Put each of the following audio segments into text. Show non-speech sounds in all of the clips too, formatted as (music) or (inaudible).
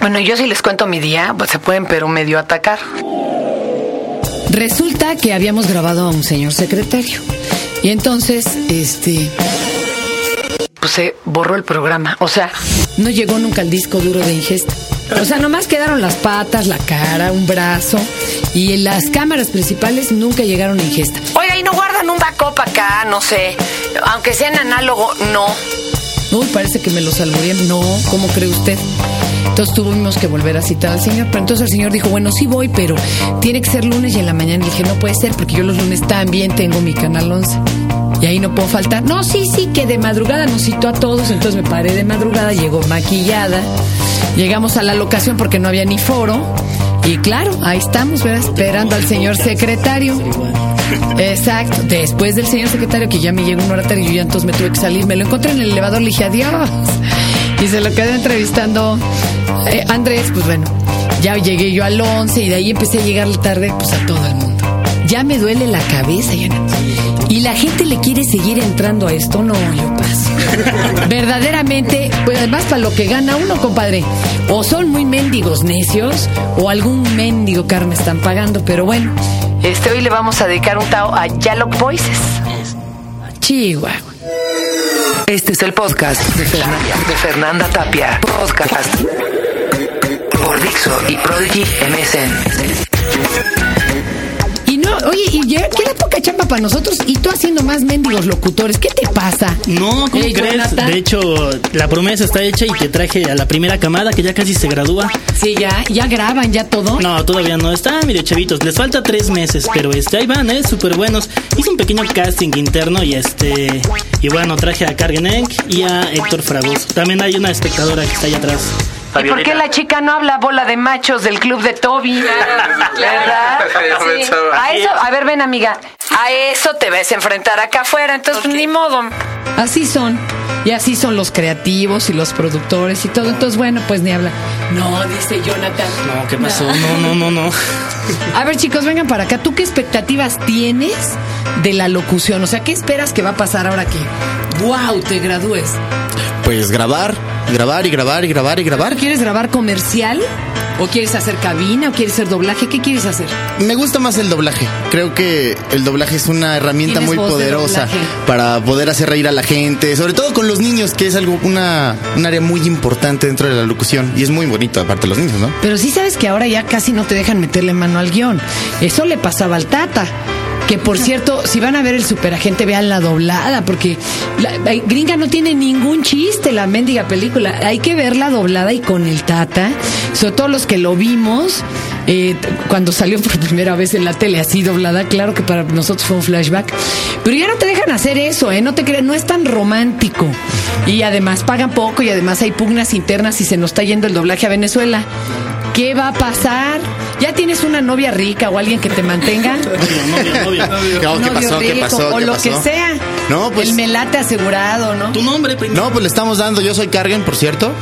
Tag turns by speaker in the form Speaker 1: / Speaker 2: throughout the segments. Speaker 1: Bueno, yo si les cuento mi día, pues se pueden pero medio atacar.
Speaker 2: Resulta que habíamos grabado a un señor secretario. Y entonces, este,
Speaker 1: Pues se borró el programa. O sea,
Speaker 2: no llegó nunca el disco duro de ingesta. O sea, nomás quedaron las patas, la cara, un brazo. Y las cámaras principales nunca llegaron a ingesta.
Speaker 1: oiga, y no guardan un backup acá, no sé. Aunque sea en análogo, no.
Speaker 2: Uy, parece que me lo salvaría. No, ¿cómo cree usted? Entonces tuvimos que volver a citar al señor. Pero entonces el señor dijo, bueno, sí voy, pero tiene que ser lunes y en la mañana. Le dije, no puede ser, porque yo los lunes también tengo mi canal 11. Y ahí no puedo faltar. No, sí, sí, que de madrugada nos citó a todos. Entonces me paré de madrugada, llegó maquillada. Llegamos a la locación porque no había ni foro. Y claro, ahí estamos, ¿verdad? Esperando al señor secretario. Exacto, después del señor secretario que ya me llegó un horatario, yo ya entonces me tuve que salir, me lo encontré en el elevador, le dije adiós. (laughs) Y se lo quedé entrevistando eh, Andrés, pues bueno, ya llegué yo al 11 y de ahí empecé a llegar tarde pues a todo el mundo. Ya me duele la cabeza, ya Y la gente le quiere seguir entrando a esto, no, yo paso. Verdaderamente, pues además para lo que gana uno, compadre. O son muy mendigos necios, o algún mendigo carne están pagando, pero bueno.
Speaker 1: Este hoy le vamos a dedicar un tao a Yalop Voices.
Speaker 2: Chihuahua.
Speaker 1: Este es el podcast de Fernanda, de Fernanda Tapia. Podcast por Dixo y Prodigy MSN.
Speaker 2: Y no, oye, y ya, qué era poca chamba para nosotros y tú haciendo más mendigos locutores. ¿Qué te pasa?
Speaker 3: No, ¿cómo
Speaker 2: Ey,
Speaker 3: crees?
Speaker 2: Jonathan.
Speaker 3: De hecho, la promesa está hecha y te traje a la primera camada que ya casi se gradúa.
Speaker 2: Sí, ya, ya graban, ya todo.
Speaker 3: No, todavía no está, mire, chavitos, les falta tres meses, pero este, ahí van, eh, súper buenos. Hice un pequeño casting interno y este, y bueno, traje a Cargen Egg y a Héctor Fragoso. También hay una espectadora que está allá atrás.
Speaker 1: ¿Y por qué la chica no habla bola de machos del club de
Speaker 2: (laughs)
Speaker 1: Toby? ¿Verdad?
Speaker 4: Yo pensaba.
Speaker 1: A eso, a ver, ven amiga, a eso te vas a enfrentar acá afuera, entonces pues, ni modo.
Speaker 2: Así son. Y así son los creativos y los productores y todo. Entonces, bueno, pues ni habla. No, dice Jonathan.
Speaker 3: No, ¿qué pasó? No, no, no, no.
Speaker 2: A ver, chicos, vengan para acá. ¿Tú qué expectativas tienes de la locución? O sea, ¿qué esperas que va a pasar ahora que, wow, te gradúes?
Speaker 5: Pues grabar, grabar y grabar y grabar y grabar.
Speaker 2: ¿Quieres grabar comercial? ¿O quieres hacer cabina? ¿O quieres hacer doblaje? ¿Qué quieres hacer?
Speaker 5: Me gusta más el doblaje. Creo que el doblaje es una herramienta
Speaker 2: Tienes
Speaker 5: muy
Speaker 2: voz de
Speaker 5: poderosa
Speaker 2: doblaje.
Speaker 5: para poder hacer reír a la gente, sobre todo con los niños, que es algo una un área muy importante dentro de la locución y es muy bonito aparte los niños, ¿no?
Speaker 2: Pero sí sabes que ahora ya casi no te dejan meterle mano al guión. Eso le pasaba al Tata. Que por cierto, si van a ver el superagente, vean la doblada, porque la, la gringa no tiene ningún chiste la mendiga película. Hay que verla doblada y con el Tata. Sobre todo los que lo vimos eh, t- cuando salió por primera vez en la tele, así doblada. Claro que para nosotros fue un flashback. Pero ya no te dejan hacer eso, ¿eh? No te crees, no es tan romántico. Y además pagan poco y además hay pugnas internas y se nos está yendo el doblaje a Venezuela. ¿Qué va a pasar? ¿Ya tienes una novia rica o alguien que te
Speaker 5: (laughs)
Speaker 2: mantenga?
Speaker 3: Novio,
Speaker 2: (laughs)
Speaker 3: novio, novio.
Speaker 5: Oh,
Speaker 2: Un
Speaker 5: ¿Qué
Speaker 2: novio
Speaker 5: pasó? ¿Qué
Speaker 2: rico,
Speaker 5: pasó?
Speaker 2: O
Speaker 5: ¿Qué
Speaker 2: lo
Speaker 5: pasó?
Speaker 2: que sea.
Speaker 5: No, pues-
Speaker 2: El melate asegurado, ¿no?
Speaker 3: Tu nombre primero.
Speaker 5: No, pues le estamos dando. Yo soy Cargen, por cierto.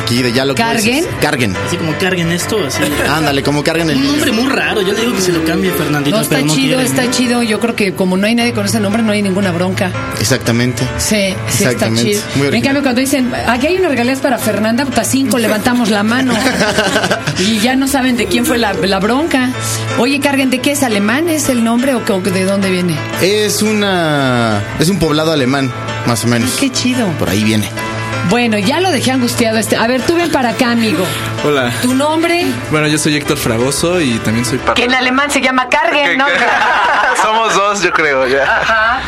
Speaker 5: Aquí de ya lo
Speaker 2: ¿Carguen?
Speaker 5: Carguen.
Speaker 3: Así como carguen esto, así.
Speaker 5: Ándale, como carguen
Speaker 2: (laughs)
Speaker 5: el
Speaker 3: Un nombre muy raro, yo le digo que se lo cambie, Fernandito,
Speaker 2: No, está
Speaker 3: pero no
Speaker 2: chido,
Speaker 3: quiere.
Speaker 2: está chido. Yo creo que como no hay nadie con ese nombre, no hay ninguna bronca.
Speaker 5: Exactamente.
Speaker 2: Sí, sí está
Speaker 5: Exactamente.
Speaker 2: chido.
Speaker 5: Muy original.
Speaker 2: En cambio, cuando dicen, aquí hay unas regalías para Fernanda, puta cinco, levantamos la
Speaker 5: (laughs)
Speaker 2: mano. y ya no saben de quién fue la, la bronca. Oye, carguen, ¿de qué es alemán? ¿Es el nombre o, qué- o de dónde viene?
Speaker 5: Es una es un poblado alemán, más o menos.
Speaker 2: Qué chido.
Speaker 5: Por ahí viene.
Speaker 2: Bueno, ya lo dejé angustiado este. A ver, tú ven para acá, amigo.
Speaker 4: Hola.
Speaker 2: Tu nombre,
Speaker 4: Bueno, yo soy Héctor Fragoso y también soy parte.
Speaker 1: Que en alemán se llama
Speaker 4: (laughs)
Speaker 1: Cargen, ¿no?
Speaker 4: Somos dos, yo creo, ya.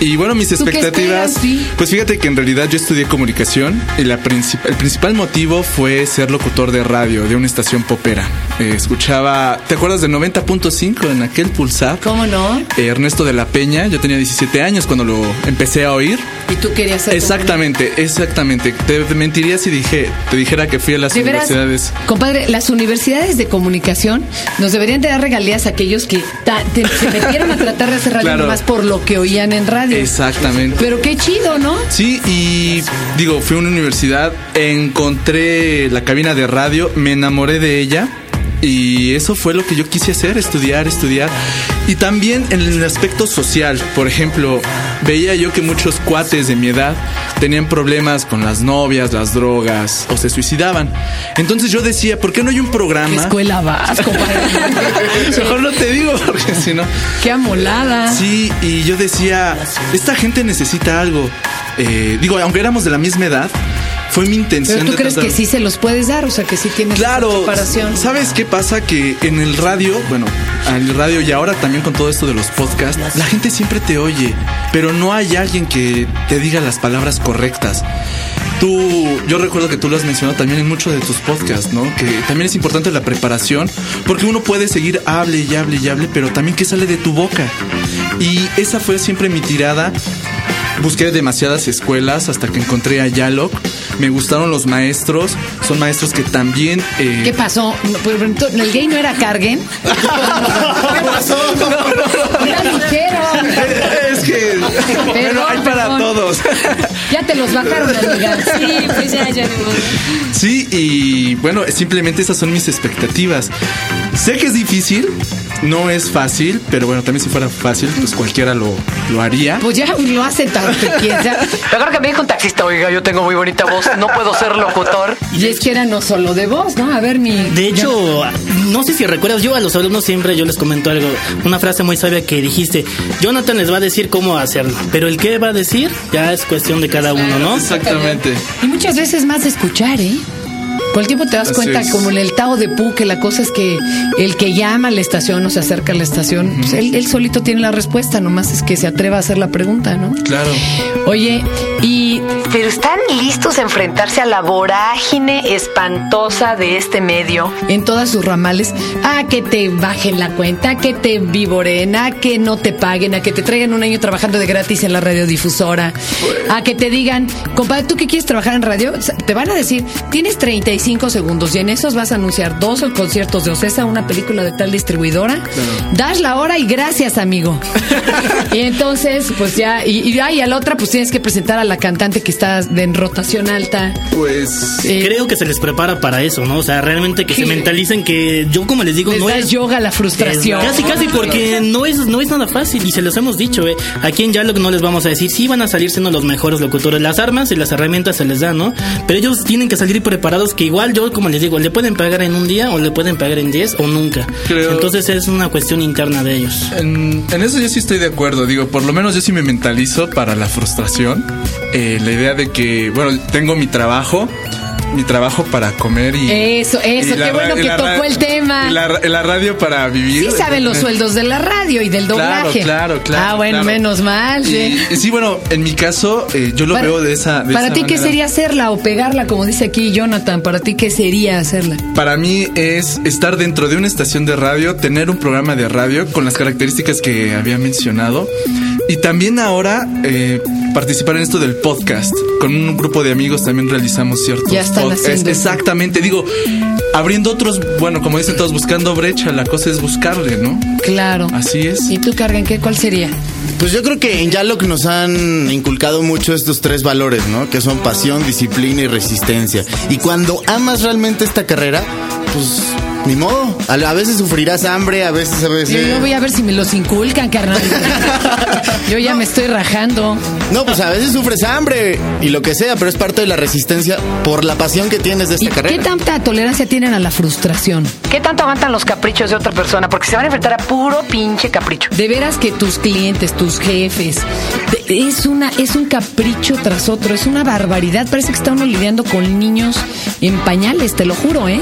Speaker 4: Y bueno, mis
Speaker 2: ¿Tú qué
Speaker 4: expectativas.
Speaker 2: esperas, sí?
Speaker 4: Pues fíjate que en realidad yo estudié comunicación y la princip- el principal motivo fue ser locutor de radio de una estación popera. Eh, escuchaba, ¿te acuerdas de 90.5 en aquel pulsar?
Speaker 2: ¿cómo no?
Speaker 4: Ernesto de la Peña, yo tenía 17 años cuando lo empecé a oír.
Speaker 2: Y tú querías ser.
Speaker 4: Exactamente, exactamente. Te mentiría si dije, te dijera que fui a las
Speaker 2: De veras,
Speaker 4: universidades.
Speaker 2: compadre, las universidades de comunicación nos deberían de dar regalías a aquellos que ta- te- se metieron a tratar de hacer radio
Speaker 4: Claro.
Speaker 2: nomás por lo que oían en radio.
Speaker 4: Exactamente.
Speaker 2: Pero qué chido, ¿no?
Speaker 4: Sí, y digo, fui a una universidad, encontré la cabina de radio, me enamoré de ella. Y eso fue lo que yo quise hacer, estudiar, estudiar. Y también en el aspecto social, por ejemplo, veía yo que muchos cuates de mi edad tenían problemas con las novias, las drogas o se suicidaban. Entonces yo decía, ¿por qué no hay un
Speaker 2: ¿Qué
Speaker 4: programa?
Speaker 2: escuela vas, compadre?
Speaker 4: Mejor no te digo porque si no...
Speaker 2: Qué amolada.
Speaker 4: Sí, y yo decía, esta gente necesita algo. Eh, digo, aunque éramos de la misma edad, fue mi intención.
Speaker 2: Pero tú
Speaker 4: de
Speaker 2: crees que
Speaker 4: tratar-
Speaker 2: sí se los puedes dar, o sea, que sí tienes esa
Speaker 4: Claro,
Speaker 2: preparación.
Speaker 4: ¿sabes qué pasa? Que en el radio, bueno, al radio y ahora también con todo esto de los podcasts, la gente siempre te oye, pero no hay alguien que te diga las palabras correctas. Tú, yo recuerdo que tú lo has mencionado también en muchos de tus podcasts, ¿no? Que también es importante la preparación, porque uno puede seguir hable y hable y hable, pero también qué sale de tu boca. Y esa fue siempre mi tirada. Busqué demasiadas escuelas hasta que encontré a Yalok. Me gustaron los maestros. Son maestros que también. eh,
Speaker 2: ¿Qué pasó? No, pero entonces, ¿El gay no era Cargen?
Speaker 5: ¿Qué pasó?
Speaker 4: (laughs)
Speaker 2: ¡Ya dijeron!
Speaker 4: es que. bueno, hay para
Speaker 2: perdón.
Speaker 4: todos. (laughs)
Speaker 2: Ya te los bajaron, amiga.
Speaker 6: Sí, pues ya, ya ni modo.
Speaker 4: sí, y bueno, simplemente esas son mis expectativas. Sé que es difícil, no es fácil, pero bueno, también si fuera fácil, pues cualquiera lo, lo haría.
Speaker 2: Pues ya lo hace tanto quien sea.
Speaker 1: Yo creo que me dijo un taxista, oiga, yo tengo muy bonita voz, no puedo ser locutor.
Speaker 2: Y es que era no solo de voz, ¿no? A ver, mi.
Speaker 3: De hecho, no sé si recuerdas, yo a los alumnos siempre yo les comento algo, una frase muy sabia que dijiste, Jonathan les va a decir cómo hacerlo, pero el qué va a decir ya es cuestión de cada uno, ¿no?
Speaker 4: Exactamente.
Speaker 2: Y muchas veces más de escuchar, ¿eh? Con el tiempo te das
Speaker 4: Así
Speaker 2: cuenta,
Speaker 4: es.
Speaker 2: como en el Tao de Pu, que la cosa es que el que llama a la estación o se acerca a la estación, pues él, él solito tiene la respuesta, nomás es que se atreva a hacer la pregunta, ¿no?
Speaker 4: Claro.
Speaker 2: Oye, y
Speaker 1: Pero están listos a enfrentarse a la vorágine espantosa de este medio.
Speaker 2: en todas sus ramales, a que te bajen la cuenta, a que te vivoren, a que no te paguen, a que te traigan un año trabajando de gratis en la radiodifusora,
Speaker 4: Pues.
Speaker 2: a que te digan, compadre, ¿tú qué quieres trabajar en radio? O sea, Te van a decir, tienes 35 segundos y en esos vas a anunciar dos conciertos de Ocesa, una película de tal distribuidora, das la hora y gracias,
Speaker 4: (laughs)
Speaker 2: amigo. y entonces, pues ya, y, y, ah, y a la otra, pues tienes que presentar a la cantante que está en rotación alta.
Speaker 4: Pues.
Speaker 2: Eh,
Speaker 3: Creo que se les prepara para eso, ¿no? O sea, realmente que
Speaker 2: Sí.
Speaker 3: se mentalicen que yo como les digo
Speaker 2: les
Speaker 3: no
Speaker 2: das
Speaker 3: es
Speaker 2: yoga a la frustración.
Speaker 3: Casi, casi, porque no es, no es nada fácil y se los hemos dicho, ¿eh? Aquí en Yalog no les vamos a decir, sí van a salir siendo los mejores locutores. Las armas y las herramientas se les dan, ¿no? Pero ellos tienen que salir preparados, que igual yo, como les digo, le pueden pagar en un día o le pueden pagar en 10 o nunca.
Speaker 4: Creo-
Speaker 3: Entonces es una cuestión interna de ellos.
Speaker 4: En, en eso yo sí estoy de acuerdo, digo, por lo menos yo sí me mentalizo para la frustración. Eh, la idea de que, bueno, tengo mi trabajo, mi trabajo para comer y...
Speaker 2: Eso, eso, qué bueno
Speaker 4: ra-
Speaker 2: que
Speaker 4: la
Speaker 2: tocó
Speaker 4: ra-
Speaker 2: el tema.
Speaker 4: y la, ra- y la radio para vivir.
Speaker 2: Sí saben los sueldos de la radio y del
Speaker 4: Claro,
Speaker 2: doblaje.
Speaker 4: claro, claro.
Speaker 2: Ah, bueno,
Speaker 4: claro.
Speaker 2: menos mal. sí.
Speaker 4: Y, y sí, bueno, en mi caso eh, yo lo
Speaker 2: Para-
Speaker 4: veo de esa... de
Speaker 2: ¿Para
Speaker 4: esa
Speaker 2: ti qué
Speaker 4: manera.
Speaker 2: sería hacerla o pegarla, como dice aquí Jonathan? ¿Para ti qué sería hacerla?
Speaker 4: Para mí es estar dentro de una estación de radio, tener un programa de radio con las características que había mencionado y también ahora eh, participar en esto del podcast. Con un grupo de amigos también realizamos ciertos
Speaker 2: Ya están
Speaker 4: podcasts.
Speaker 2: haciendo.
Speaker 4: Exactamente, digo, abriendo otros, bueno, como dicen todos, buscando brecha, la cosa es buscarle, ¿no?
Speaker 2: Claro.
Speaker 4: Así es.
Speaker 2: ¿Y tú, Cargan, qué? ¿Cuál sería?
Speaker 5: Pues yo creo que en Yalok nos han inculcado mucho estos tres valores, ¿no? Que son pasión, disciplina y resistencia. Y cuando amas realmente esta carrera, pues ni modo. A, a veces sufrirás hambre, a veces, a
Speaker 2: Yo,
Speaker 5: veces.
Speaker 2: yo voy a ver si me los inculcan,
Speaker 4: (laughs)
Speaker 2: carnal. Yo ya me estoy rajando.
Speaker 5: No, pues a veces sufres hambre y lo que sea, pero es parte de la resistencia por la pasión que tienes de
Speaker 2: ¿Y
Speaker 5: esta
Speaker 2: qué
Speaker 5: carrera.
Speaker 2: tanta tolerancia tienen a la frustración?
Speaker 1: ¿Qué tanto aguantan los caprichos de otra persona? Porque se van a enfrentar a puro pinche capricho.
Speaker 2: De veras que tus clientes, tus jefes, de- es una, es un capricho tras otro, es una barbaridad. Parece que está uno lidiando con niños en pañales, te lo juro, ¿eh?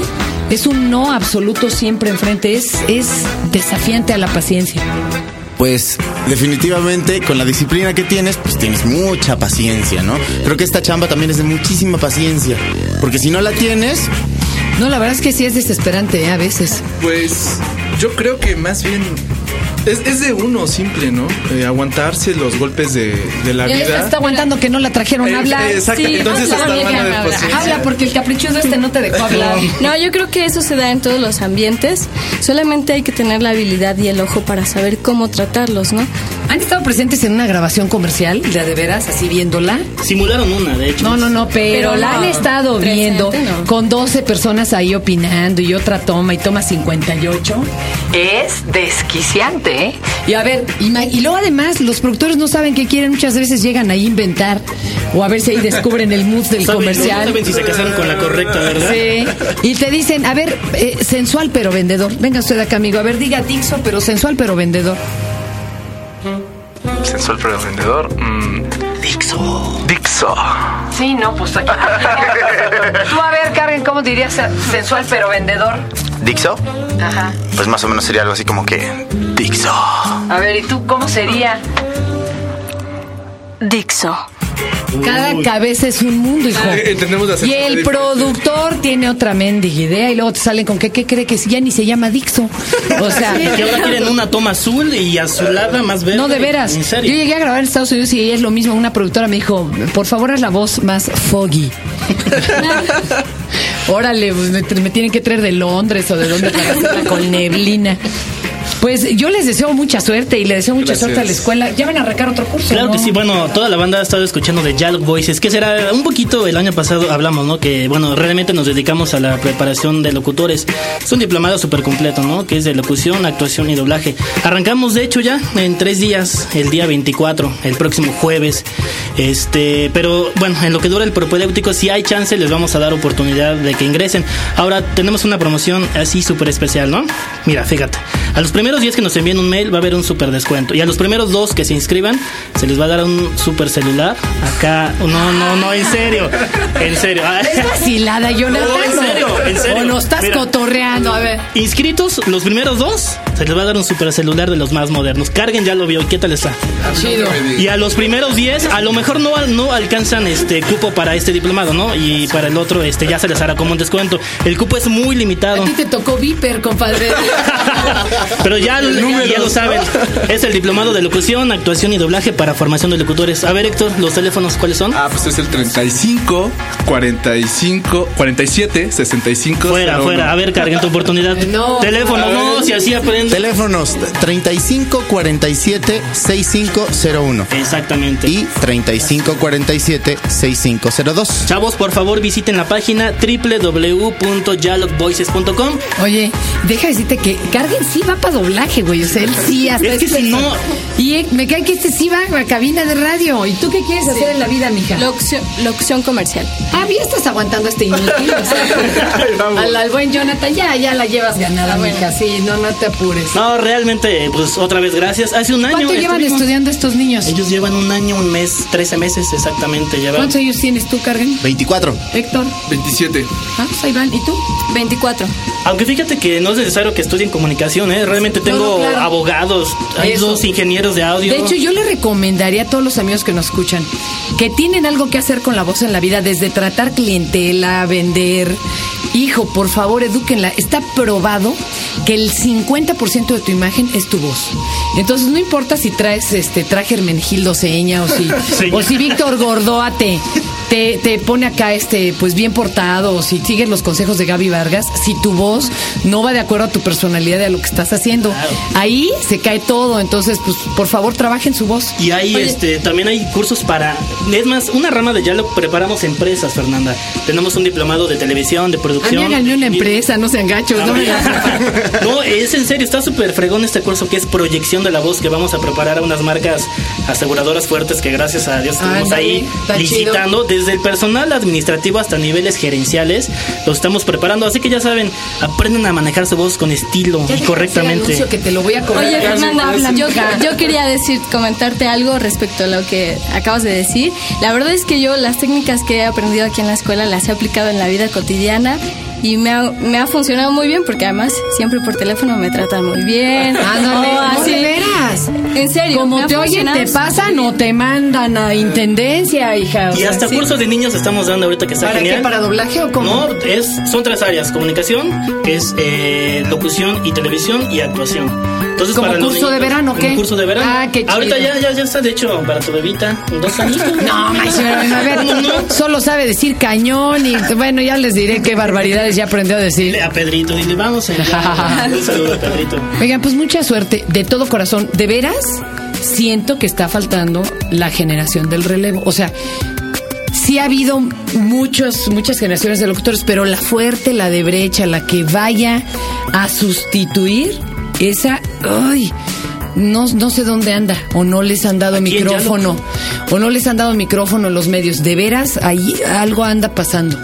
Speaker 2: Es un no absoluto siempre enfrente, es, es desafiante a la paciencia.
Speaker 5: Pues definitivamente con la disciplina que tienes, pues tienes mucha paciencia, ¿no? Creo que esta chamba también es de muchísima paciencia, porque si no la tienes,
Speaker 2: No, la verdad es que sí es desesperante ¿eh? a veces.
Speaker 4: Pues yo creo que más bien Es, es de uno simple, ¿no? Eh, aguantarse los golpees de, de la
Speaker 2: Ella está
Speaker 4: vida.
Speaker 2: aguantando que no la trajeron a
Speaker 4: Eh,
Speaker 2: hablar.
Speaker 4: eh, exacto,
Speaker 6: Sí,
Speaker 4: entonces
Speaker 6: habla,
Speaker 4: está
Speaker 6: vieja,
Speaker 4: hablando de
Speaker 6: habla.
Speaker 4: paciencia.
Speaker 2: Habla porque el caprichoso este no te
Speaker 4: (laughs)
Speaker 2: dejó hablar.
Speaker 6: (laughs) No, yo creo que eso se da en todos los ambientes. Solamente hay que tener la habilidad y el ojo para saber cómo tratarlos, ¿no?
Speaker 2: ¿Han estado presentes en una grabación comercial? ¿La de veras? ¿Así viéndola?
Speaker 3: Simularon una, de hecho.
Speaker 2: No, no, no, pero,
Speaker 6: Pero
Speaker 2: la
Speaker 6: no,
Speaker 2: han estado
Speaker 6: presente,
Speaker 2: viendo
Speaker 6: no.
Speaker 2: con 12 personas ahí opinando y otra toma y toma 58.
Speaker 1: Es desquiciante, ¿eh?
Speaker 2: Y a ver, ima- y luego además los productores no saben qué quieren, muchas veces llegan ahí a inventar o a ver si ahí descubren el mood
Speaker 3: (laughs)
Speaker 2: del
Speaker 3: Saben- no
Speaker 2: comercial.
Speaker 3: saben si se casaron con la correcta, ¿verdad?
Speaker 2: Sí. Y te dicen, a ver, eh, sensual pero vendedor. Venga usted acá, amigo. A ver, diga Dixo, pero sensual pero vendedor.
Speaker 4: Sensual pero vendedor. Dixo. Dixo.
Speaker 2: Sí, no, pues aquí. Tú, a ver, Karen, ¿cómo dirías sensual pero vendedor?
Speaker 5: ¿Dixo?
Speaker 2: Ajá.
Speaker 5: Pues más o menos sería algo así como que. Dixo.
Speaker 2: A ver, ¿y tú cómo sería?
Speaker 6: Dixo.
Speaker 2: Cada cabeza es un mundo, hijo.
Speaker 4: Eh, entendemos la
Speaker 2: Y
Speaker 4: sensualidad
Speaker 2: el
Speaker 4: diferente.
Speaker 2: productor tiene otra mendiga idea y luego te salen con que, ¿qué cree que si ya ni se llama Dixo? O sea,
Speaker 4: (laughs)
Speaker 3: Que ahora quieren una toma azul y azulada más verde.
Speaker 2: no, de veras.
Speaker 3: En
Speaker 2: Yo
Speaker 3: serio.
Speaker 2: llegué a grabar en Estados Unidos y es lo mismo. Una productora me dijo, por favor, haz la voz más
Speaker 3: (laughs)
Speaker 2: foggy. Órale, pues, me, me tienen que traer de Londres o de donde para hacerla con neblina. Pues yo les deseo mucha suerte y le deseo mucha
Speaker 4: Gracias.
Speaker 2: suerte a la escuela. Ya van a arrancar otro curso.
Speaker 3: Claro
Speaker 2: ¿no?
Speaker 3: que sí, bueno, toda la banda ha estado escuchando de Jalk Voices, que será un poquito el año pasado hablamos, ¿no? Que bueno, realmente nos dedicamos a la preparación de locutores. Es un diplomado súper completo, ¿no? Que es de locución, actuación y doblaje. Arrancamos de hecho ya en tres días, el día 24, el próximo jueves. Este, pero bueno, en lo que dura el propedéutico, si hay chance, les vamos a dar oportunidad de que ingresen. Ahora tenemos una promoción así súper especial, ¿no? Mira, fíjate. A los primeros 10 que nos envíen un mail va a haber un súper descuento. Y a los primeros dos que se inscriban, se les va a dar un súper celular. Acá, no, no, no, en serio. En serio. Ah, (laughs)
Speaker 2: Es vacilada, Jonathan.
Speaker 3: No, en serio, en serio.
Speaker 2: O lo estás
Speaker 3: Mira.
Speaker 2: cotorreando, a ver.
Speaker 3: Inscritos, los primeros dos, se les va a dar un super celular de los más modernos. Carguen, ya lo vio. ¿Y qué tal está?
Speaker 2: Chido.
Speaker 3: Y a los primeros 10, a lo mejor no, no alcanzan este cupo para este diplomado, ¿no? Y para el otro, este ya se les hará como un descuento. El cupo es muy
Speaker 2: A
Speaker 3: limitado.
Speaker 2: ti te tocó Viper, compadre.
Speaker 3: Pero ya, ya lo saben. Es el diplomado de locución, actuación y doblaje para formación de locutores. A ver, Héctor, los teléfonos, ¿cuáles son?
Speaker 4: Ah, pues es el 35, 45, 47, 65.
Speaker 3: fuera,
Speaker 4: 01.
Speaker 3: fuera. A ver, carguen tu oportunidad.
Speaker 2: (laughs) No.
Speaker 3: Teléfono, no, si así aprende.
Speaker 5: Teléfonos 35 47 6501
Speaker 3: Exactamente.
Speaker 5: y 35 47 6502.
Speaker 3: Chavos, por favor visiten la página www.dialogvoices.com.
Speaker 2: Oye, deja decirte que Carden sí va para doblaje, güey. O sea, él sí hasta este
Speaker 3: Es que si no-
Speaker 2: Y eh, me cae que este sí va a la cabina de radio. ¿Y tú qué quieres hacer en la vida, mija?
Speaker 6: Locución, locución comercial.
Speaker 2: Ah, ya estás aguantando este inútil. o
Speaker 3: (laughs)
Speaker 2: sea, al, al buen Jonathan, ya, ya la llevas ganada, mija. Sí, no, no te apures.
Speaker 3: No, realmente, pues otra vez gracias. Hace un año.
Speaker 2: ¿Cuánto llevan
Speaker 3: estuvimos-
Speaker 2: estudiando estos niños?
Speaker 3: Ellos llevan un año, un mes, 13 meses exactamente. Llevan.
Speaker 2: ¿Cuántos años tienes tú, Carden?
Speaker 5: 24.
Speaker 2: Héctor.
Speaker 4: 27.
Speaker 2: Ah, pues ahí van. ¿Y tú?
Speaker 6: 24.
Speaker 3: Aunque fíjate que no es necesario que estudien comunicación, ¿eh? Realmente tengo
Speaker 2: No, no, claro.
Speaker 3: abogados, hay
Speaker 2: Eso.
Speaker 3: dos ingenieros de audio.
Speaker 2: De hecho, yo le recomendaría a todos los amigos que nos escuchan que tienen algo que hacer con la voz en la vida, desde tratar clientela, vender. Hijo, por favor, edúquenla. Está probado que el 50% de tu imagen es tu voz. Entonces, no importa si traes este traje Hermenegildo Seña o
Speaker 3: (laughs)
Speaker 2: si,
Speaker 3: Seña.
Speaker 2: o si Víctor Gordoa te, te, te pone acá este, pues bien portado, o si sigues los consejos de Gaby Vargas, si tu voz no va de acuerdo a tu personalidad y a lo que estás haciendo, ahí se cae todo. Entonces, pues por favor, trabajen su voz.
Speaker 3: Y hay, este, también hay cursos para... Es más, una rama de Yalo preparamos empresas, Fernanda. Tenemos un diplomado de televisión, de
Speaker 2: A mí
Speaker 3: producción.
Speaker 2: háganme una empresa, no sean gachos, no me
Speaker 3: (laughs)
Speaker 2: la-
Speaker 3: No, es en serio, está súper fregón este curso que es proyección de la voz que vamos a preparar a unas marcas aseguradoras fuertes que gracias a Dios estuvimos
Speaker 2: Ándale,
Speaker 3: ahí
Speaker 2: está chido.
Speaker 3: visitando desde el personal administrativo hasta niveles gerenciales, los estamos preparando, así que ya saben, aprendan a manejar su voz con estilo y correctamente.
Speaker 2: Anuncio que te lo voy a cobrar.
Speaker 6: Oye,
Speaker 2: Carmen,
Speaker 6: Fernanda,
Speaker 2: habla,
Speaker 6: yo,
Speaker 2: mija.
Speaker 6: yo quería decir, comentarte algo respecto a lo que acabas de decir. La verdad es que yo las técnicas que he aprendido aquí en la escuela las he aplicado en la vida cotidiana y me ha, me ha funcionado muy bien porque además siempre por teléfono me tratan muy bien.
Speaker 2: Ándale,
Speaker 6: Oh,
Speaker 2: Ah, no,
Speaker 6: así.
Speaker 2: de veras.
Speaker 6: En serio, me
Speaker 2: Como
Speaker 6: ha
Speaker 2: te oyen,
Speaker 6: funcionado
Speaker 2: te pasan o te mandan a intendencia, hija. o
Speaker 3: Y
Speaker 2: sea,
Speaker 3: hasta
Speaker 2: sí.
Speaker 3: cursos de niños estamos dando ahorita que está
Speaker 2: ¿Para
Speaker 3: genial.
Speaker 2: qué? ¿Para doblaje o cómo?
Speaker 3: No, es, son tres áreas, comunicación, es eh, locución y televisión y actuación. Entonces,
Speaker 2: ¿Como
Speaker 3: para los
Speaker 2: curso de verano o
Speaker 3: como
Speaker 2: qué?
Speaker 3: curso de verano.
Speaker 2: Ah, qué chido.
Speaker 3: Ahorita ya, ya, ya está, de hecho, para tu bebita,
Speaker 2: (laughs)
Speaker 3: dos añitos.
Speaker 2: No, my señora, a
Speaker 3: ¿Cómo no?
Speaker 2: ver, solo sabe decir cañón y bueno, ya les diré qué barbaridades ya aprendió a decir.
Speaker 3: Dile a Pedrito, dile,
Speaker 2: (laughs)
Speaker 3: vamos allá. Un saludo a Pedrito.
Speaker 2: Oigan, pues mucha suerte, de todo corazón. De veras, siento que está faltando la generación del relevo. O sea, sí ha habido muchos, muchas generaciones de locutores, pero la fuerte, la de brecha, la que vaya a sustituir, esa, ay, no, no sé dónde anda, o no les han dado
Speaker 3: quién ya
Speaker 2: micrófono, o no les han dado micrófono en los medios. De veras, ahí algo anda pasando.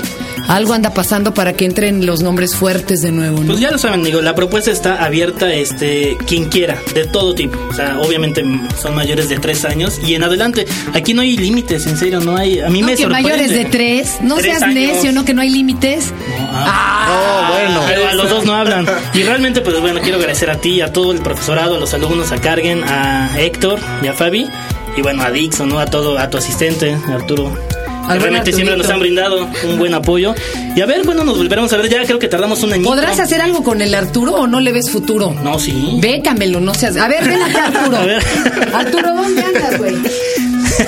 Speaker 2: Algo anda pasando para que entren los nombres fuertes de nuevo, ¿no?
Speaker 3: Pues ya lo saben, digo, la propuesta está abierta, este, quien quiera, de todo tipo. O sea, obviamente mm, son mayores de tres años y en adelante. Aquí no hay límites, en serio, no hay. A mí
Speaker 2: No,
Speaker 3: me
Speaker 2: que
Speaker 3: sorprende.
Speaker 2: mayores de tres, no
Speaker 3: Tres
Speaker 2: seas
Speaker 3: años.
Speaker 2: necio, no que no hay límites.
Speaker 3: Ah,
Speaker 5: Oh, bueno.
Speaker 3: Pero a los dos no hablan. Y realmente, pues bueno, quiero agradecer a ti, a todo el profesorado, a los alumnos, a Cargen, a Héctor y a Fabi. Y bueno, a Dixon, ¿no? A todo, a tu asistente, Arturo. Que
Speaker 2: buen
Speaker 3: realmente siempre
Speaker 2: Arturito.
Speaker 3: nos han brindado un buen apoyo. Y a ver, bueno, nos volveremos a ver. Ya creo que tardamos un añito.
Speaker 2: ¿Podrás hacer algo con el Arturo o no le ves futuro?
Speaker 3: No, sí.
Speaker 2: Vécamelo, no seas. A ver, ven acá, Arturo.
Speaker 3: A ver.
Speaker 2: Arturo, ¿dónde andas, güey?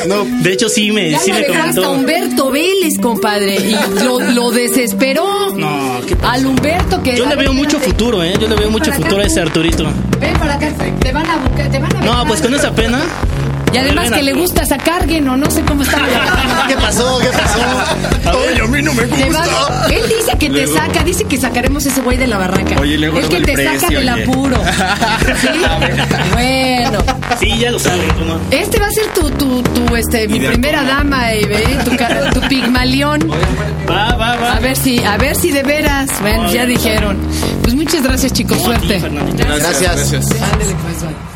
Speaker 5: No,
Speaker 3: De hecho, sí me,
Speaker 2: Ya
Speaker 3: sí
Speaker 2: lo
Speaker 3: me
Speaker 2: dejó hasta
Speaker 3: comentó.
Speaker 2: Humberto Vélez, compadre. Y lo, lo desesperó.
Speaker 3: No, ¿qué pasa?
Speaker 2: Al Humberto que.
Speaker 3: Yo
Speaker 2: a
Speaker 3: le
Speaker 2: ver,
Speaker 3: veo mucho
Speaker 2: espérate.
Speaker 3: futuro, ¿eh? Yo le veo mucho
Speaker 2: Para acá,
Speaker 3: futuro a ese
Speaker 2: tú.
Speaker 3: Arturito.
Speaker 2: Ven para acá, te van a buscar, te van a
Speaker 3: No,
Speaker 2: aventar.
Speaker 3: pues con esa pena.
Speaker 2: Y además
Speaker 3: Ven,
Speaker 2: que le
Speaker 3: Arturo.
Speaker 2: gusta sacar o no sé cómo
Speaker 3: (laughs)
Speaker 2: está.
Speaker 5: ¿qué pasó? ¿Qué pasó? Oye, a mí no me
Speaker 2: Te va- él dice que te saca, dice que sacaremos ese güey de la barraca.
Speaker 7: Oye, y luego
Speaker 2: es que
Speaker 7: luego
Speaker 2: te
Speaker 7: el
Speaker 2: saca
Speaker 7: precio,
Speaker 2: del
Speaker 7: oye.
Speaker 3: (laughs)
Speaker 2: apuro. ¿Sí? Bueno,
Speaker 3: Sí, ya lo saben. ¿cómo?
Speaker 2: este va a ser tu, tu, tu, este, mi primera dama, eh, ve, tu,
Speaker 3: (laughs)
Speaker 2: ca- tu pigmalión.
Speaker 3: Va, va, va.
Speaker 2: A ver si, a ver si de veras. Bueno, ya dijeron. Pues muchas gracias, chicos.
Speaker 3: No, a ti,
Speaker 2: Suerte.
Speaker 3: Fernandita.
Speaker 5: Gracias.
Speaker 2: Ándele, pues, bye.